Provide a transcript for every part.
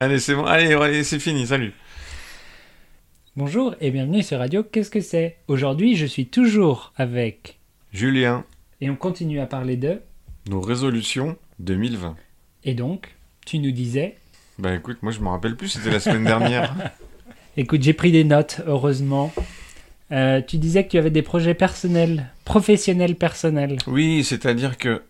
Allez, c'est bon, allez, allez c'est fini, salut. Bonjour et bienvenue sur Radio Qu'est-ce que c'est Aujourd'hui, je suis toujours avec. Julien, Et on continue à parler de. nos résolutions 2020. Et donc, tu nous disais. Bah écoute, moi je me rappelle plus, c'était la semaine dernière. Écoute, j'ai pris des notes, heureusement. Euh, tu disais que tu avais des projets personnels, professionnels, personnels. Oui, c'est-à-dire que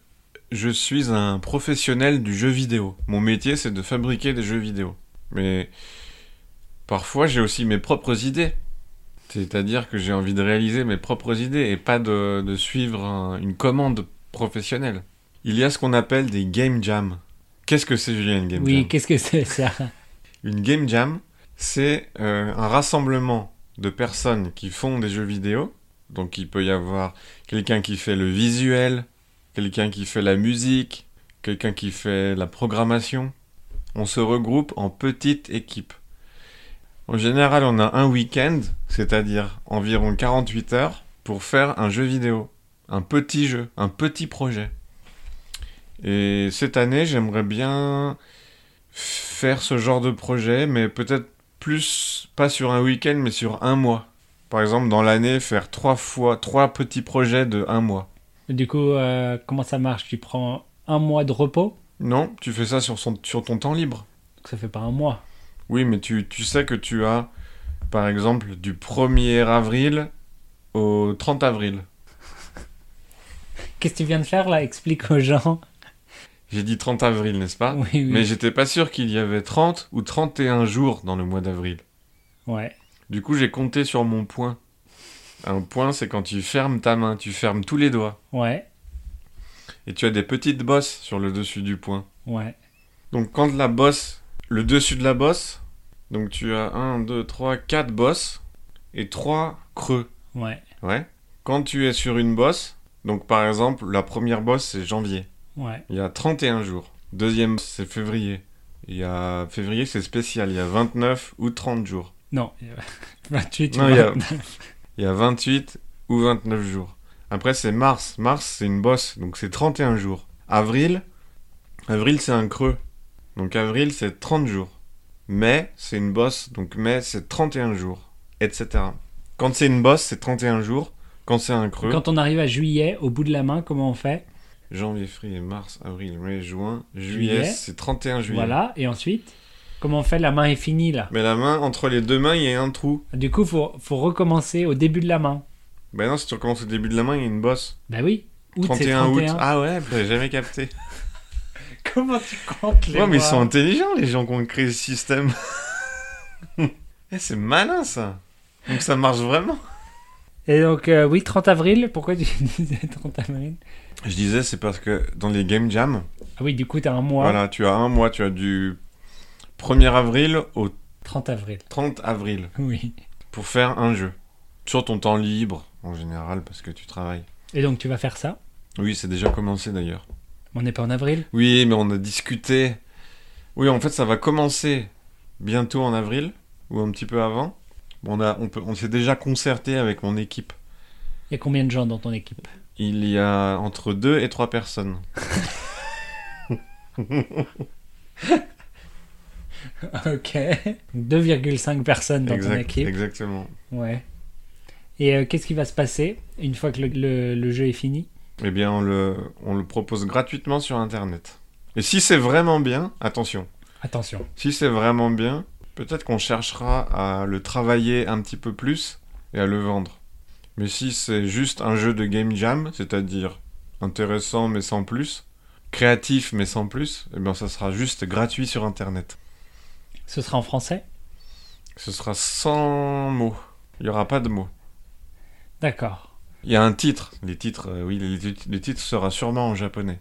je suis un professionnel du jeu vidéo. Mon métier, c'est de fabriquer des jeux vidéo. Mais parfois, j'ai aussi mes propres idées. C'est-à-dire que j'ai envie de réaliser mes propres idées et pas de, de suivre un- une commande professionnelle. Il y a ce qu'on appelle des game jams. Qu'est-ce que c'est, Julien, une game jam Oui, qu'est-ce que c'est ça Une game jam, c'est euh, un rassemblement de personnes qui font des jeux vidéo. Donc il peut y avoir quelqu'un qui fait le visuel, quelqu'un qui fait la musique, quelqu'un qui fait la programmation. On se regroupe en petites équipes. En général, on a un week-end, c'est-à-dire environ 48 heures, pour faire un jeu vidéo. Un petit jeu, un petit projet. Et cette année, j'aimerais bien faire ce genre de projet, mais peut-être plus, pas sur un week-end, mais sur un mois. Par exemple, dans l'année, faire trois fois, trois petits projets de un mois. Du coup, euh, comment ça marche Tu prends un mois de repos Non, tu fais ça sur, son- sur ton temps libre. donc Ça fait pas un mois. Oui, mais tu, tu sais que tu as, par exemple, du 1er avril au 30 avril. Qu'est-ce que tu viens de faire là Explique aux gens. J'ai dit 30 avril, n'est-ce pas oui, oui. Mais j'étais pas sûr qu'il y avait 30 ou 31 jours dans le mois d'avril. Ouais. Du coup, j'ai compté sur mon point. Un point, c'est quand tu fermes ta main, tu fermes tous les doigts. Ouais. et tu as des petites bosses sur le dessus du point. Ouais. Donc quand la bosse, le dessus de la bosse, donc tu as 1, 2, 3, 4 bosses et 3 creux. Ouais. Ouais. Quand tu es sur une bosse, donc par exemple la première bosse c'est janvier, Ouais. il y a 31 jours. Deuxième bosse, c'est février. Il y a février c'est spécial, il y a 29 ou 30 jours. Non. 28 Non, il y a- 29. Il y a 28 ou 29 jours. Après, c'est mars. Mars, c'est une bosse, donc c'est 31 jours. Avril, avril, c'est un creux. Donc avril, c'est 30 jours. Mai, c'est une bosse, donc mai, c'est 31 jours, etc. Quand c'est une bosse, c'est 31 jours. Quand c'est un creux, Quand on arrive à juillet, au bout de la main, comment on fait janvier, février, mars, avril, mai, juin, juillet, Juillet. c'est 31 juillet. Voilà, et ensuite, comment on fait La main est finie là. Mais la main, entre les deux mains, il y a un trou. Du coup, faut, faut recommencer au début de la main. Ben non, si tu recommences au début de la main, il y a une bosse. Bah oui. Août, c'est 31 août. 31. Ah ouais, ben, j'ai jamais capté. Comment tu comptes les Ouais, mais ils mois sont intelligents, les gens qui ont créé ce système. Eh, c'est malin, ça. Donc ça marche vraiment. Et donc, euh, oui, 30 avril. Pourquoi tu disais 30 avril Je disais, c'est parce que dans les game jams, Ah oui, du coup, t'as un mois. voilà, tu as un mois, tu as du 1er avril au 30 avril. 30 avril Oui. pour faire un jeu. Sur ton temps libre, en général, parce que tu travailles. Et donc, tu vas faire ça. Oui, c'est déjà commencé d'ailleurs. On n'est pas en avril. Oui, mais on a discuté. Oui, en fait, ça va commencer bientôt en avril, ou un petit peu avant. Bon, on, a, on, peut- on s'est déjà concerté avec mon équipe. Il y a combien de gens dans ton équipe Il y a entre deux et trois personnes. Ok. 2,5 personnes dans ton Exact- équipe. Exactement. Ouais. Et euh, qu'est-ce qui va se passer une fois que le, le- le jeu est fini Eh bien, on le, on le propose gratuitement sur Internet. Et si c'est vraiment bien, attention, Attention. si c'est vraiment bien, peut-être qu'on cherchera à le travailler un petit peu plus et à le vendre. Mais si c'est juste un jeu de game jam, c'est-à-dire intéressant mais sans plus, créatif mais sans plus, eh bien, ça sera juste gratuit sur Internet. Ce sera en français Ce sera sans mots. Il n'y aura pas de mots. D'accord. Il y a un titre. Les titres, euh, oui, les, tit- le titre sera sûrement en japonais.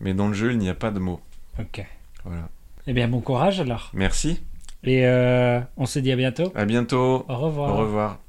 Mais dans le jeu, il n'y a pas de mots. Ok. Voilà. Eh bien, bon courage alors. Merci. Et euh, on se dit à bientôt. À bientôt. Au revoir. Au revoir.